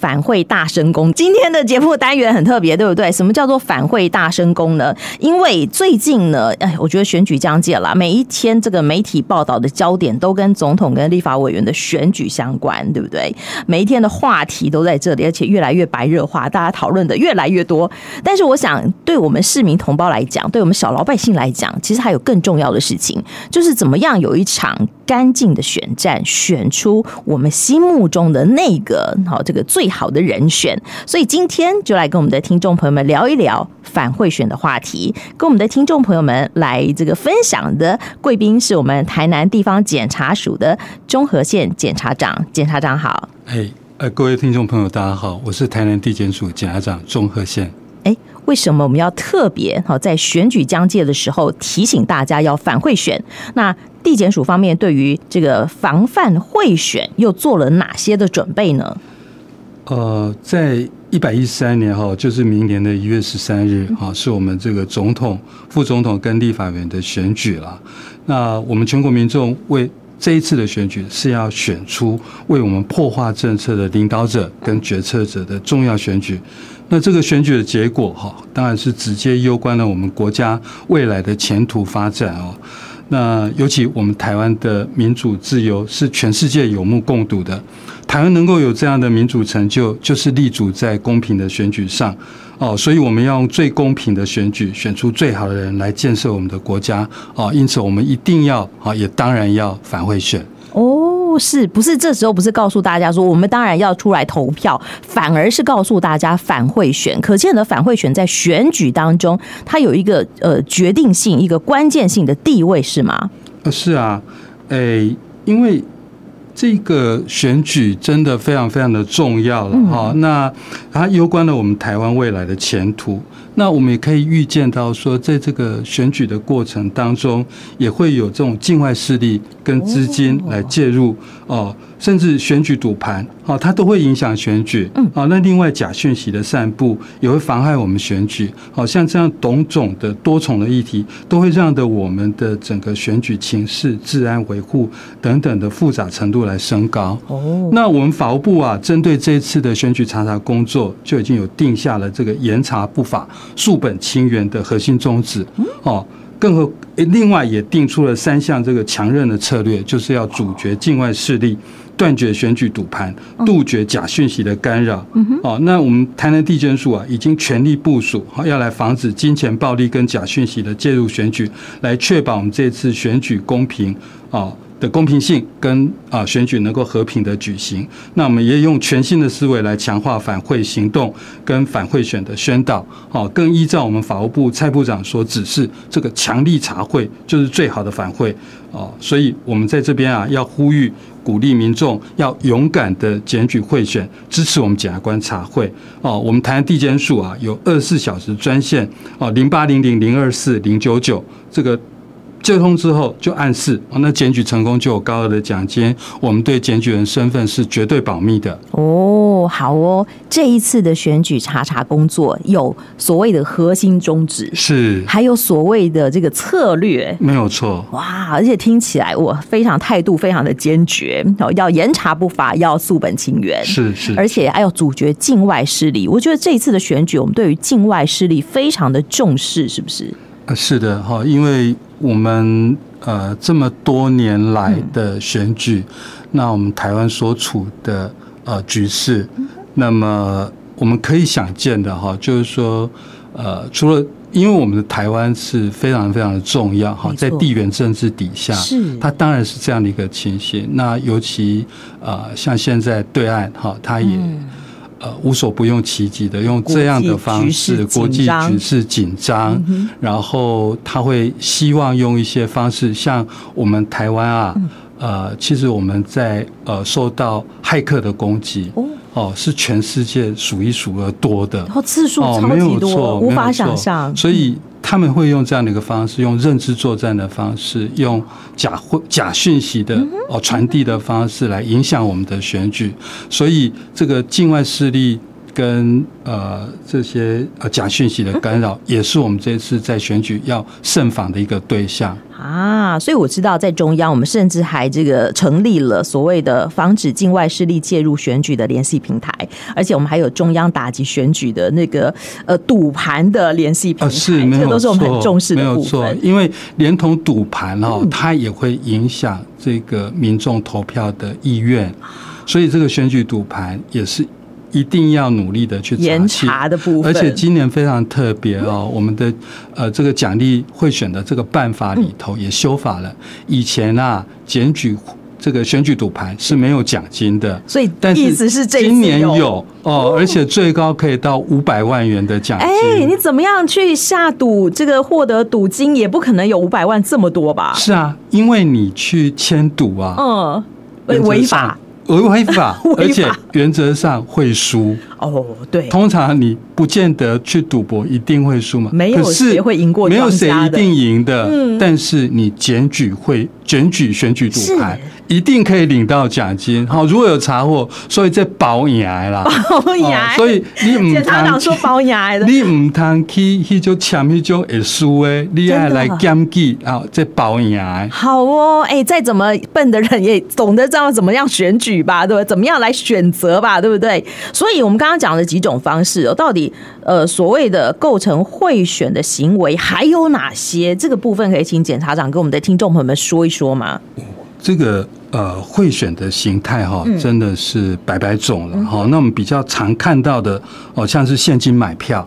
反馈大声公，今天的节目单元很特别，对不对？什么叫做反馈大声公呢？因为最近呢，哎，我觉得选举将届了，每一天这个媒体报道的焦点都跟总统跟立法委员的选举相关，对不对？每一天的话题都在这里，而且越来越白热化，大家讨论的越来越多。但是我想，对我们市民同胞来讲，对我们小老百姓来讲，其实还有更重要的事情，就是怎么样有一场干净的选战，选出我们心目中的那个好这个最好的人选。所以今天就来跟我们的听众朋友们聊一聊反贿选的话题，跟我们的听众朋友们来这个分享的贵宾是我们台南地方检察署的中和县检察长，检察长好。哎，呃，各位听众朋友，大家好，我是台南地检署检察长钟和宪。哎，为什么我们要特别好在选举将届的时候提醒大家要反贿选？那地检署方面对于这个防范贿选又做了哪些的准备呢？呃，在一百一十三年哈，就是明年的一月十三日哈，是我们这个总统、副总统跟立法委员的选举了。那我们全国民众为这一次的选举是要选出为我们破化政策的领导者跟决策者的重要选举。那这个选举的结果哈，当然是直接攸关了我们国家未来的前途发展哦。那尤其我们台湾的民主自由是全世界有目共睹的，台湾能够有这样的民主成就，就是立足在公平的选举上哦。所以我们要用最公平的选举，选出最好的人来建设我们的国家哦。因此，我们一定要啊、哦，也当然要反贿选。哦，是不是这时候不是告诉大家说我们当然要出来投票，反而是告诉大家反贿选？可见的反贿选在选举当中，它有一个呃决定性、一个关键性的地位，是吗？呃，是啊，诶，因为这个选举真的非常非常的重要了哈、那它攸关了我们台湾未来的前途。那我们也可以预见到说，在这个选举的过程当中，也会有这种境外势力跟资金来介入哦，甚至选举赌盘哦，它都会影响选举。嗯，啊，那另外假讯息的散布也会妨害我们选举。好、像这样种种的多重的议题，都会让的我们的整个选举情势、治安维护等等的复杂程度来升高。哦，那我们法务部啊，针对这一次的选举查查工作，就已经有定下了这个严查不法、溯本清源的核心宗旨哦。更何，诶另外也定出了三项这个强韧的策略，就是要阻绝境外势力，断绝选举赌盘，杜绝假讯息的干扰。哦，那我们台南地检署啊，已经全力部署，哦要来防止金钱暴力跟假讯息的介入选举，来确保我们这次选举公平哦的公平性跟啊选举能够和平的举行。那我们也用全新的思维来强化反贿行动跟反贿选的宣导，哦，更依照我们法务部蔡部长所指示，这个强力查贿就是最好的反贿哦。所以我们在这边啊，要呼吁鼓励民众要勇敢的检举贿选，支持我们检察官查贿哦。我们台湾地检署啊，有二十四小时专线哦，零八零零零二四零九九这个。接通之后就暗示，哦那检举成功就有高额的奖金。我们对检举人身份是绝对保密的。哦，好哦，这一次的选举查查工作有所谓的核心宗旨，是，还有所谓的这个策略。没有错。哇！而且听起来我非常态度非常的坚决，哦，要严查不法，要溯本清源，是是而且还要阻绝境外势力。我觉得这一次的选举，我们对于境外势力非常的重视，是不是？呃，是的，哈，因为我们呃这么多年来的选举，那我们台湾所处的呃局势，那么我们可以想见的哈，就是说呃，除了因为我们的台湾是非常非常的重要哈没，错在地缘政治底下，是它当然是这样的一个情形。那尤其呃，像现在对岸哈，它也。嗯呃，无所不用其极的用这样的方式，国国际局势紧张嗯际局是紧张，然后他会希望用一些方式，像我们台湾啊，嗯呃，其实我们在呃受到骇客的攻击，哦哦、是全世界数一数二多的然，后次数哦，超没级有多，错，无没有法错想象。所以他们会用这样的一个方式，用认知作战的方式，用假会假讯息的嗯哦传递的方式来影响我们的选举。所以这个境外势力。跟呃这些呃假讯息的干扰，也是我们这次在选举要慎防的一个对象。啊，所以我知道，在中央，我们甚至还这个成立了所谓的防止境外势力介入选举的联系平台，而且我们还有中央打击选举的那个呃赌盘的联系平呃，台，是没这有都是我们错很重视没的有部错分。，嗯因为连同赌盘哦，它也会影响这个民众投票的意愿，啊所以这个选举赌盘也是一定要努力的去严清查的部分，嗯而且今年非常特别哦，我们的呃这个奖励贿选的这个办法嗯里头也修法了。以前啊，检举这个选举赌盘是没有奖金的，所以但意是思是这一次今年有哦，而且最高可以到五百万元的奖哎、金。你怎么样去下赌？这个获得赌金也不可能有五百万这么多吧？是啊，因为你去签赌啊，嗯，违原则上违法。违违法 违，法而且原则上会输。哦，对，通常你不见得去赌博一定会输嘛，没有可是谁会赢过没有谁庄家一的定赢的。嗯但是你检举会检举选举赌盘，一定可以领到奖金。好，如果有查获，所以这保你来啦，包牙、哦所以啊你唔检察长说包牙的，你唔通去迄种签迄种会输的，你爱真的来检举啊，这保赢的。好哦，哎、再怎么笨的人也懂得知道怎么样选举吧，对不对？怎么样来选择吧，对不对？所以我们刚刚讲的几种方式哦，到底呃所谓的构成贿选的行为还有哪些？这个部分可以请检察长跟我们的听众朋友们说一说吗？这个呃贿选的形态哈、真的是百百种了哈、那我们比较常看到的哦，像是现金买票，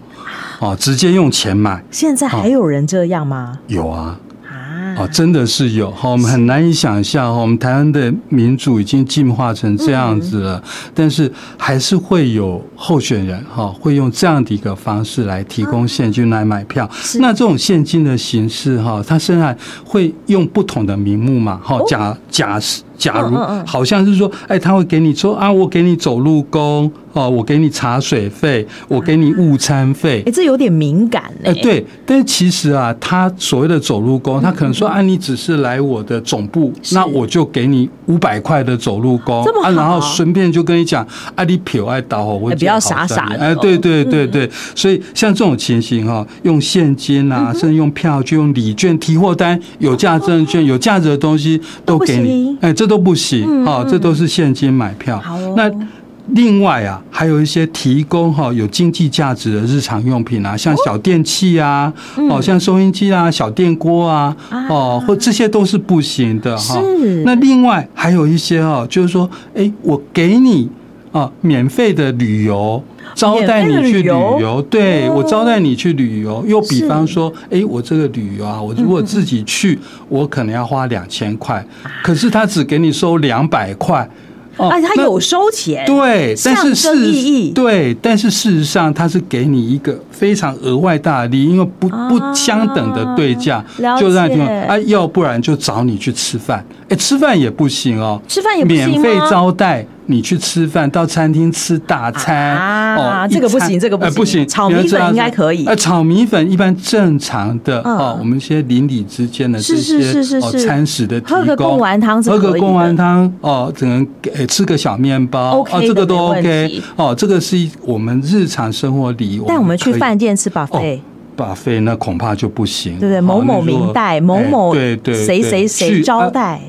哦，直接用钱买，现在还有人这样吗？有啊。啊，哦，真的是有哈、我们很难以想象哦哈、我们台湾的民主已经进化成这样子了，嗯但是还是会有候选人哈、会用这样的一个方式来提供现金来买票。嗯是那这种现金的形式哈、它虽然会用不同的名目嘛，哈、哦假假假如嗯嗯嗯好像是说，哎，他会给你说啊，我给你走路工哦，我给你茶水费，我给你午餐费哎、，这有点敏感哎、哎、对，但是其实啊，他所谓的走路工，嗯他可能说，啊，你只是来我的总部，那我就给你五百块的走路工这么，啊，然后好顺便就跟你讲，啊，你票爱倒我哎会不要傻傻的哎，哦对对对对，所以像这种情形哈、用现金嗯啊，甚至用票据、用礼券、提货单、有价证券、有价值的东西哦都都不给你行，哎，这都不行嗯啊、哦，这都是现金买票。好哦那另外啊，还有一些提供哈、有经济价值的日常用品哦啊，像小电器啊，嗯哦，像收音机啊、小电锅啊，哦，或这些都是不行的哈、是那另外还有一些哈、就是说，哎，我给你啊免费的旅游。招待你去免费的旅旅游游，对哦我招待你去旅游。又比是方说，哎，我这个旅游啊，我嗯如果自己去，我可能要花两千块，啊可是他只给你收两百块。哦而且啊他那有收钱，对，但是象事征意义对，但是事实上，它是给你一个非常额外大的利益，因为不不啊相等的对价，了就让你解啊，要不然就找你去吃饭，哎，吃饭也不行哦，吃饭也不行吗免费招待。你去吃饭，到餐厅吃大餐啊哦，这个一餐不行这个不哎行不行。炒米粉你要知道应该可以呃，炒米粉一般正常的嗯哦，我们一些邻里之间的这是是些是是哦是餐食的提喝供，个贡丸汤是喝个可以贡的丸汤哦，只能给诶吃个小面包 OK 哦，这的个都没问 OK 题哦，这个是一我们日常生活里带我们去可以哦饭店吃 buffet，、把费那恐怕就不行，对不对？哦某某那如果明代，某哎某对对对谁谁谁去招啊待，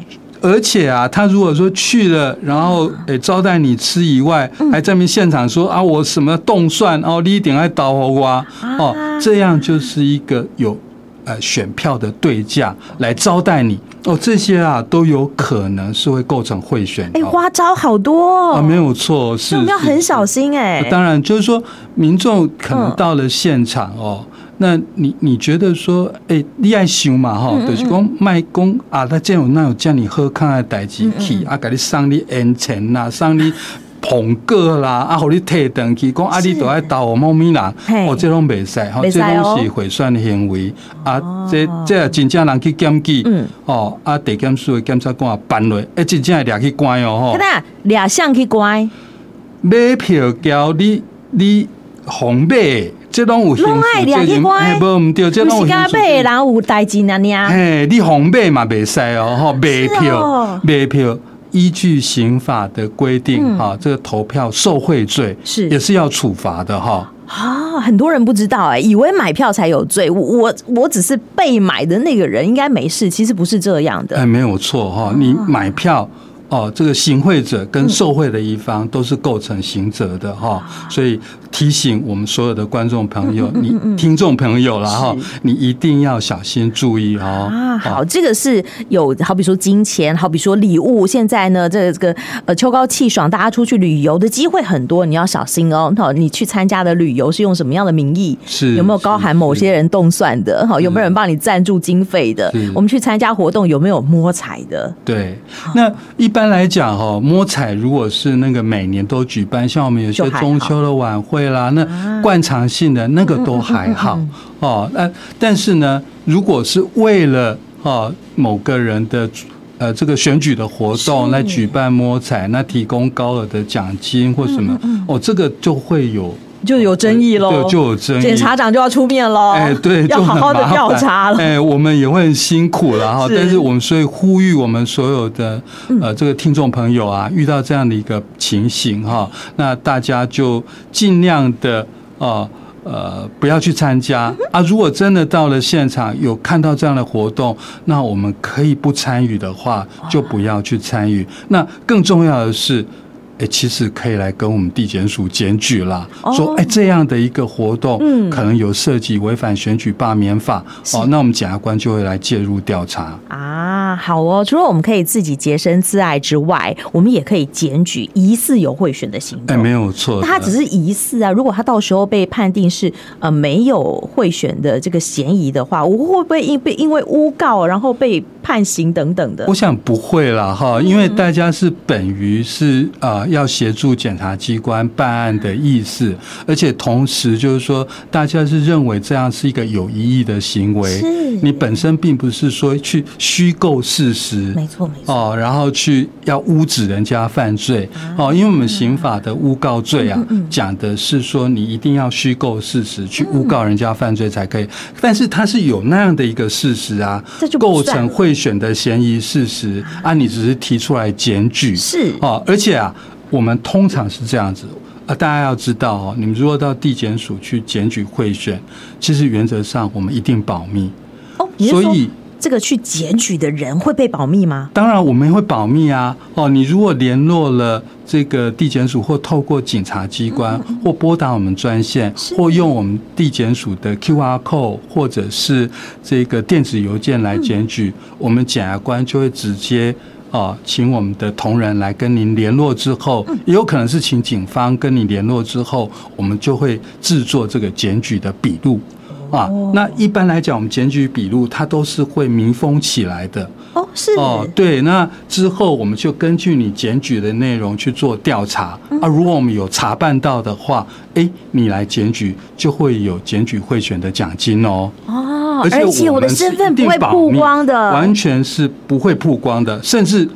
而且啊，他如果说去了，然后诶招待你吃以外，还在那边现场说啊，我什么冻蒜哦，你一定爱倒火瓜哦啊，这样就是一个有呃选票的对价来招待你哦，这些啊都有可能是会构成贿选的哎、哦花招好多、哦啊，没，有错，是所以我们要是很是小心哎、当然，就是说民众可能嗯到了现场哦，那你你觉得说，哎、你爱想嘛哈，嗯就是讲卖公啊，他这种那有叫你喝看的代志嗯去，啊，给你送你烟钱啦，送你。捧果啦，啊，互你退回去，讲啊，是你都爱打我猫咪人，嘿哦，这拢袂使，吼，袂这使哦拢是毁损行为，啊哦，这这也真正人去检举嗯，哦，啊，地检署的检察官也办落，哎，真正会掠去关哦，吼看。看俩相去乖，买票交你你红买的，这拢有拢爱抓去关嘿无毋对，这不拢是有该刑事被哎人有代志呢呀？嘿，你红买嘛袂使哦，吼，卖是票哦卖票依据刑法的规定哈、这个投票受贿嗯罪是也是要处罚的哈、啊，很多人不知道哎、以为买票才有罪，我我我只是被买的那个人应该没事，其实不是这样的。哎，没有错哈，你买票。哦，这个行贿者跟受贿的一嗯方都是构成刑责的哈、啊所以提醒我们所有的观众朋友、嗯你听众朋友了哈，你一定要小心注意哦。啊，哦好，这个是有好比说金钱，好比说礼物。现在呢，这个这个呃秋高气爽，大家出去旅游的机会很多，你要小心哦。好，你去参加的旅游是用什么样的名义？是有没有高喊某些人动算的？好，有没有人帮你赞助经费的是？哦我们去参加活动有没有摸彩的？对，那一般来讲哈、哦，摸彩如果是那个每年都举办，像我们有些就还好啊中秋的晚会啦，那惯常性的那个都还嗯好哦。那但是呢，如果是为了哦某个人的呃这个选举的活动来举办摸彩，那提供高额的奖金或什嗯么，哦，这个就会有就有争议喽，对就有争议检察长就要出面喽，哎，对，哦 要就好很好的麻烦调查了。哎，我们也会很辛苦了哈，是嗯但是我们所以呼吁我们所有的呃这个听众朋友啊，遇到这样的一个情形哈，那大家就尽量的呃。呃，不要去参加啊！如果真的到了现场有看到这样的活动，那我们可以不参与的话，就不要去参与。那更重要的是，哎，其实可以来跟我们地检署检举啦，哦说哎这样的一个活动，嗯可能有涉及违反选举罢免法，哦，那我们检察官就会来介入调查。啊，好哦！除了我们可以自己洁身自爱之外，我们也可以检举疑似有贿选的行哎，动。没有错的，哦但他只是疑似啊，如果他到时候被判定是呃没有贿选的这个嫌疑的话，我会不会因被因为诬告然后被判刑等等的我？想不会啦，哈，因嗯为大家是本于是呃要协助检察机关办案的意思，而且同时就是说，大家是认为这样是一个有意义的行为是，你本身并不是说去虚构事实，没错没错，哦，然后去要污指人家犯罪嗯哦，因为我们刑法的诬告罪啊，讲的是说你一定要虚构事实去诬告人家犯罪才可以，但是它是有那样的一个事实啊嗯这就，不构算成了贿选的嫌疑事实啊，你只是提出来检举是哦，而且啊，我们通常是这样子。啊，大家要知道哦，你们如果到地检署去检举贿选，其实原则上我们一定保密。哦，你是所说以这个去检举的人会被保密吗？当然我们会保密啊。哦，你如果联络了这个地检署，或透过警察机关，或拨打我们专线，或用我们地检署的 QR code 或者是这个电子邮件来检举，我们检察官就会直接。哦，请我们的同仁来跟您联络之后，也有可能是请警方跟你联络之后，我们就会制作这个检举的笔录。啊，那一般来讲，我们检举笔录它都是会密封起来的，哦，是哦，对，那之后我们就根据你检举的内容去做调查、嗯啊。如果我们有查办到的话，诶，你来检举就会有检举贿选的奖金哦。哦，而且我的们是身份一不定会保曝密光的，完全是不会曝光的，甚至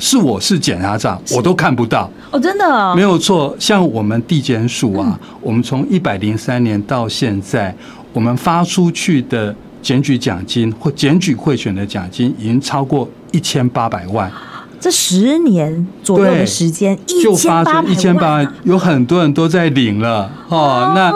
是我是检察长，我都看不到。哦，真的哦没有错，像我们地检署啊，我们从一百零三年到现在，我们发出去的检举奖金或检举贿选的奖金已经超过一千八百万，这十年左右的时间，就一千发八生一千八百啊万，有很多人都在领了哦。那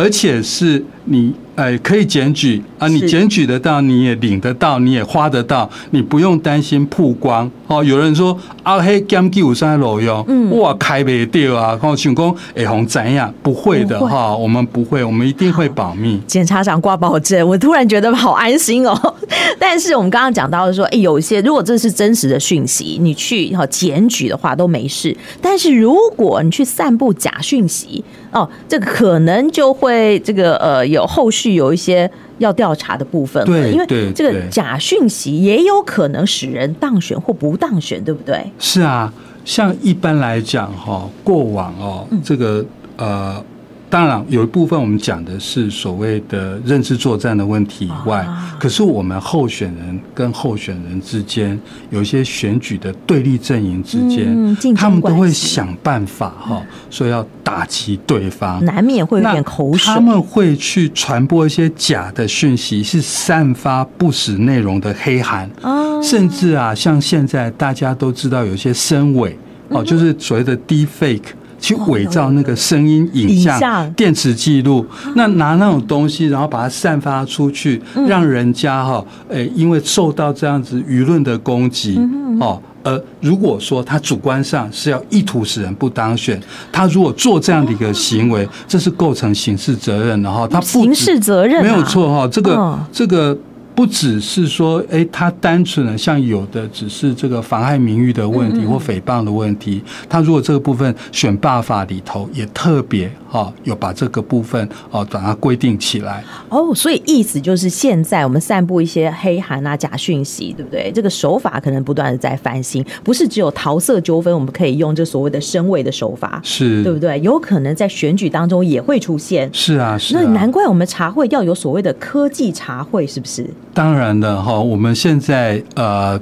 而且是你呃可以检举啊，你是检举得到，你也领得到，你也花得到，你不用担心曝光哦。有人说啊，嘿，监禁有啥路用？嗯哇，开袂掉啊！我想讲，哎，红怎样？不会的不会哈、我们不会，我们一定会保密。检察长挂保证，我突然觉得好安心哦。 但是我们刚刚讲到的说，哎，有一些如果这是真实的讯息，你去哈检举的话都没事。但是如果你去散布假讯息，哦，这个可能就会这个呃有后续有一些要调查的部分了对因为对这个对假讯息也有可能使人当选或不当选，对不对？嗯是啊，像一般来讲哈、过往哦，这个呃当然，有一部分我们讲的是所谓的认知作战的问题以外，啊可是我们候选人跟候选人之间有一些选举的对立阵营之间，嗯竞争他们都关会系想办法哈，说要打击对方。难免会有点口水那他。们会去传播一些假的讯息，是散发不实内容的黑函。啊甚至啊，像现在大家都知道有一些声伪嗯哦，就是所谓的 deepfake，去伪造那个声音、影影像嗯像、电池记录，那拿那种东西，然后把它散发出去，让人家哈，诶，因为受到这样子舆论的攻击嗯哦。呃，如果说他主观上是要意图使人不当选，他如果做这样的一个行为，这是构成刑事责任的哈。哦他不刑止事责任、啊、没有错哈、这个、嗯这个不只是说，哎，他单纯的像有的只是这个妨害名誉的问嗯题或诽谤的问题，他如果这个部分选罢法里头也特别哈、有把这个部分哦把它规定起来，哦，所以意思就是现在我们散布一些黑函啊、假讯息，对不对？这个手法可能不断的在翻新，不是只有桃色纠纷，我们可以用这所谓的身位的手法，是对不对？有可能在选举当中也会出现。是啊是啊，那难怪我们茶会要有所谓的科技茶会，是不是？当然了哈，我们现在呃，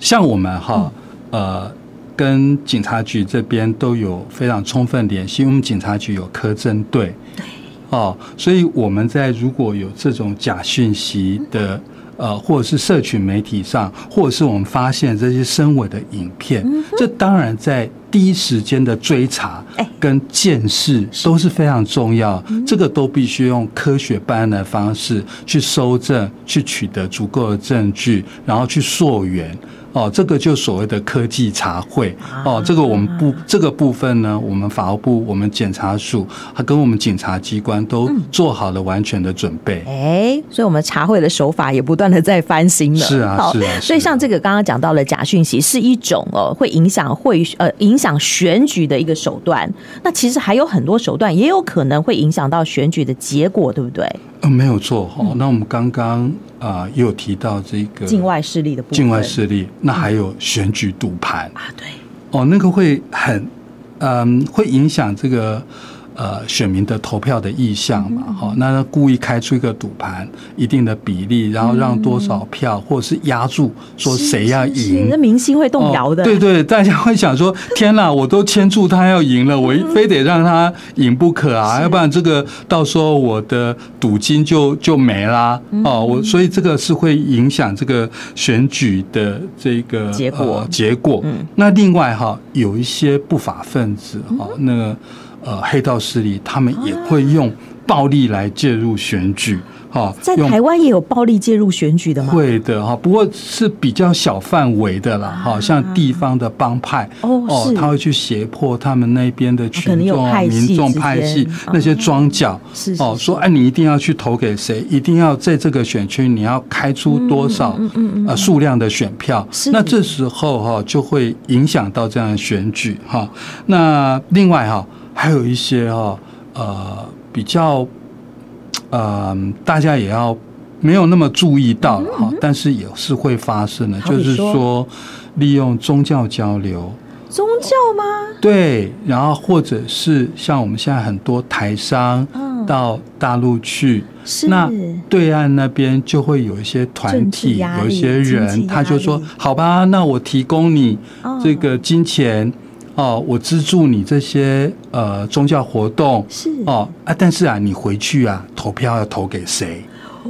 像我们哈嗯呃，跟警察局这边都有非常充分联系，因为我们警察局有科侦队，哦，所以我们在如果有这种假讯息的。呃，或者是社群媒体上，或者是我们发现这些深伪的影片，这当然在第一时间的追查哎跟见识都是非常重要，这个都必须用科学办案的方式去搜证，去取得足够的证据，然后去溯源。哦，这个就所谓的科技茶会啊哦，这个我们部这个部分呢，我们法务部、我们检察署，还跟我们警察机关都嗯做好了完全的准备。哎，所以我们茶会的手法也不断的在翻新了。是啊好是啊是啊所以像这个刚刚讲到了假讯息是一种哦，会影响会呃影响选举的一个手段。那其实还有很多手段，也有可能会影响到选举的结果，对不对？嗯，没有错哦。那我们刚刚啊、也有提到这个境外势力的部分，嗯境外势力，那还有选举赌盘。啊，对，哦，那个会很，嗯，会影响这个呃选民的投票的意向嗯嘛？好、那他故意开出一个赌盘，一定的比例，然后让多少票，或者是压住说谁要嗯是赢那。明星会动摇的，啊哦对对，大家会 想说：天哪，我都牵住他要赢了，我嗯非得让他赢不可啊！要不然这个到时候我的赌金就就没啦。嗯哦，我所以这个是会影响这个选举的这个结果呃结果。嗯那另外哈，有一些不法分子哈，嗯那个呃黑道势力，他们啊也会用暴力来介入选举。哈，在用台湾也有暴力介入选举的吗？会的哈，不过是比较小范围的啦，哈，像地方的帮派啊哦是哦他会去胁迫他们那边的可能群有众啊、派系民众之派间嗯系那些庄脚是是哦，是说哎，你一定要去投给谁，一定要在这个选区你要开出多少嗯呃数量的选票是，那这时候哈就会影响到这样的选举哈。那另外哈还有一些哈呃比较呃，大家也要没有那么注意到了哈，但是也是会发生的，嗯好就比是说说利用宗教交流，宗教吗？对，然后或者是像我们现在很多台商嗯到大陆去，是那对岸那边就会有一些团政治体，压力有一些经济人，压他就说力：“好吧，那我提供你哦这个金钱，哦，我资助你这些呃宗教活动，是哦啊，但是啊，你回去啊，投票要投给谁？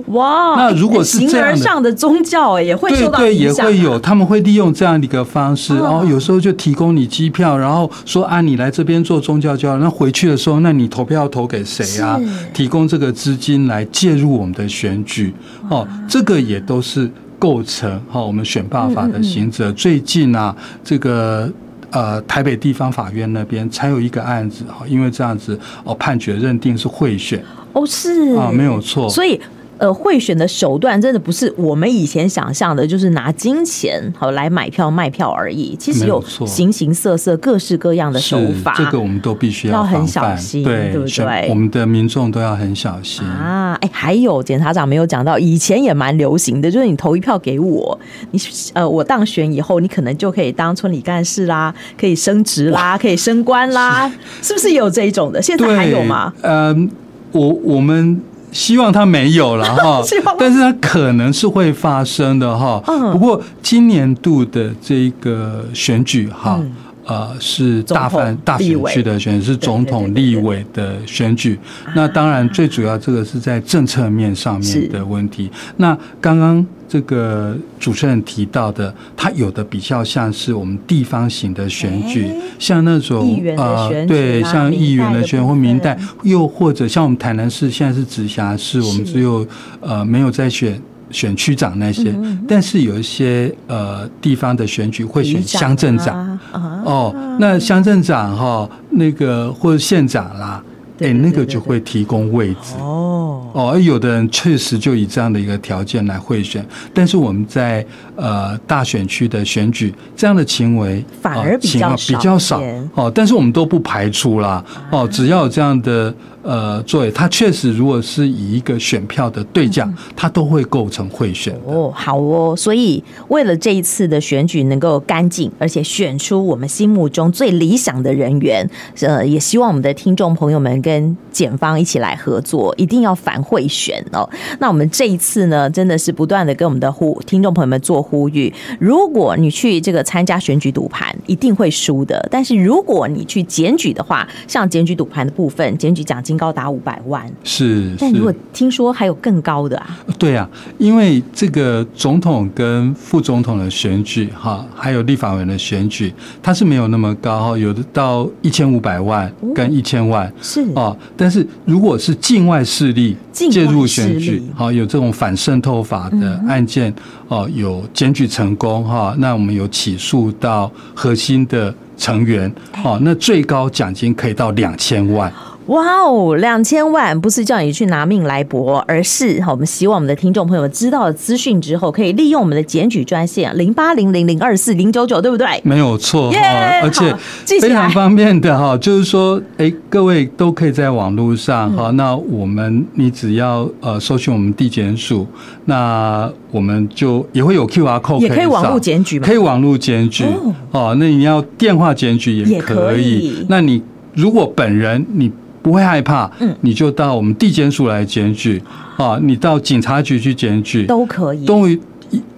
哇，那如果是形这样而的上的宗教哎也会对受到对，影也响啊，会有，他们会利用这样的一个方式，哦然后有时候就提供你机票，然后说啊，你来这边做宗教交流，那回去的时候，那你投票投给谁啊是？提供这个资金来介入我们的选举，哦，这个也都是构成哈、哦、我们选罢法的行嗯者。最近啊，这个。呃，台北地方法院那边才有一个案子哈，哦因为这样子哦，判决认定是贿选哦，是啊，没有错。所以呃贿选的手段真的不是我们以前想象的，就是拿金钱好来买票卖票而已。其实没有有错形形色色、各式各样的手法。这个我们都必须要很防小范心对对不选对我们的民众都要很小心。啊，哎、还有检察长没有讲到，以前也蛮流行的，就是你投一票给我，你呃，我当选以后，你可能就可以当村里干事啦，可以升职啦，可以升官啦，是不是有这一种的？现在对，还有吗？？嗯、我我们希望它没有了哈 希望，但是它可能是会发生的哈。嗯不过今年度的这个选举哈。嗯呃，是总大统范大立选委区的选举，是总统、对对对立委的选举。那当然，最主要这个是在政策面上是面的问题。啊那刚刚这个主持人提到的，它有的比较像是我们地方型的选举哎，像那种。议员的呃选举对，啦像民议代员的的选部或民分代，又或者像我们台南市现在是直辖市，我们是只有呃没有在选。选区长那些，嗯哼但是有一些呃地方的选举会选里乡镇长，啊啊哦，那乡镇长哈、那个或者县长啦，对哎，对对那个对就对会提供位置。哦，哦，而有的人确实就以这样的一个条件来贿选，但是我们在呃大选区的选举这样的行为反呃而比情况较比较少少见啊哦，但是我们都不排除啦哦，只要有这样的呃作为，它确实如果是以一个选票的对价，它都会构成贿选的。嗯哦，好哦，所以为了这一次的选举能够干净，而且选出我们心目中最理想的人员，呃，也希望我们的听众朋友们跟检方一起来合作，一定要反贿选哦。那我们这一次呢，真的是不断的跟我们的呼听众朋友们做呼吁，如果你去这个参加选举赌盘，一定会输的。但是如果你去检举的话，像检举赌盘的部分，检举奖金高达五百万，是，但是如果听说还有更高的啊，对啊，因为这个总统跟副总统的选举哈，还有立法委员的选举，它是没有那么高哈，有的到一千五百万哦跟一千万。是哦，但是如果是境外势力嗯境外介入选势嗯举力，好、有这种反渗透法的案件，哦，有检举成功哈、那我们有起诉到核心的成员，哎哦，那最高奖金可以到两千万。哇哦，两千万不是叫你去拿命来搏，而是好，我们希望我们的听众朋友们知道了资讯之后，可以利用我们的检举专线零八零零零二四零九九，对不对？没有错耶哈，而且好记起来非常方便的哈，就是说，哎，各位都可以在网络上嗯哈、那我们你只要呃搜寻我们地检署，那我们就也会有 Q R code，也可以扫网络检举嘛哦可以网络检举哦哦。那你要电话检举也也可可以以。那你如果本人你不会害怕，嗯你就到我们地检署来检举啊，你到警察局去检举都可以。都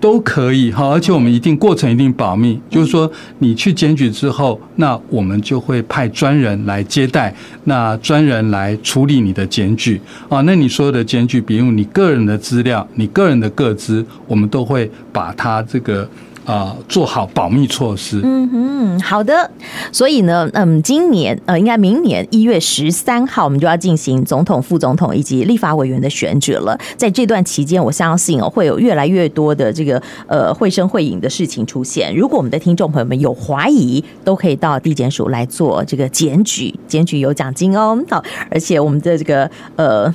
都可以哈，而且我们一定过程一定保密，就是说你去检举之后，那我们就会派专人来接待，那专人来处理你的检举啊。那你所有的检举，比如你个人的资料、你个人的个资，我们都会把它这个啊、做好保密措施。嗯哼，好的。所以呢，嗯，今年呃，应该明年一月十三号，我们就要进行总统、副总统以及立法委员的选举了。在这段期间，我相信哦，会有越来越多的这个呃会声会影的事情出现。如果我们的听众朋友们有怀疑，都可以到地检署来做这个检举，检举有奖金哦。好，而且我们的这个呃。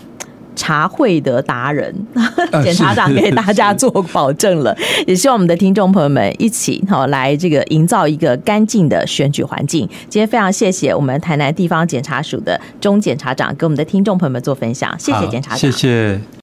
茶会的达人，呃检察长是给大家是 做保证了，也希望我们的听众朋友们一起好来这个营造一个干净的选举环境。今天非常谢谢我们台南地方检察署的钟检察长跟我们的听众朋友们做分享，谢谢好检察长，谢谢。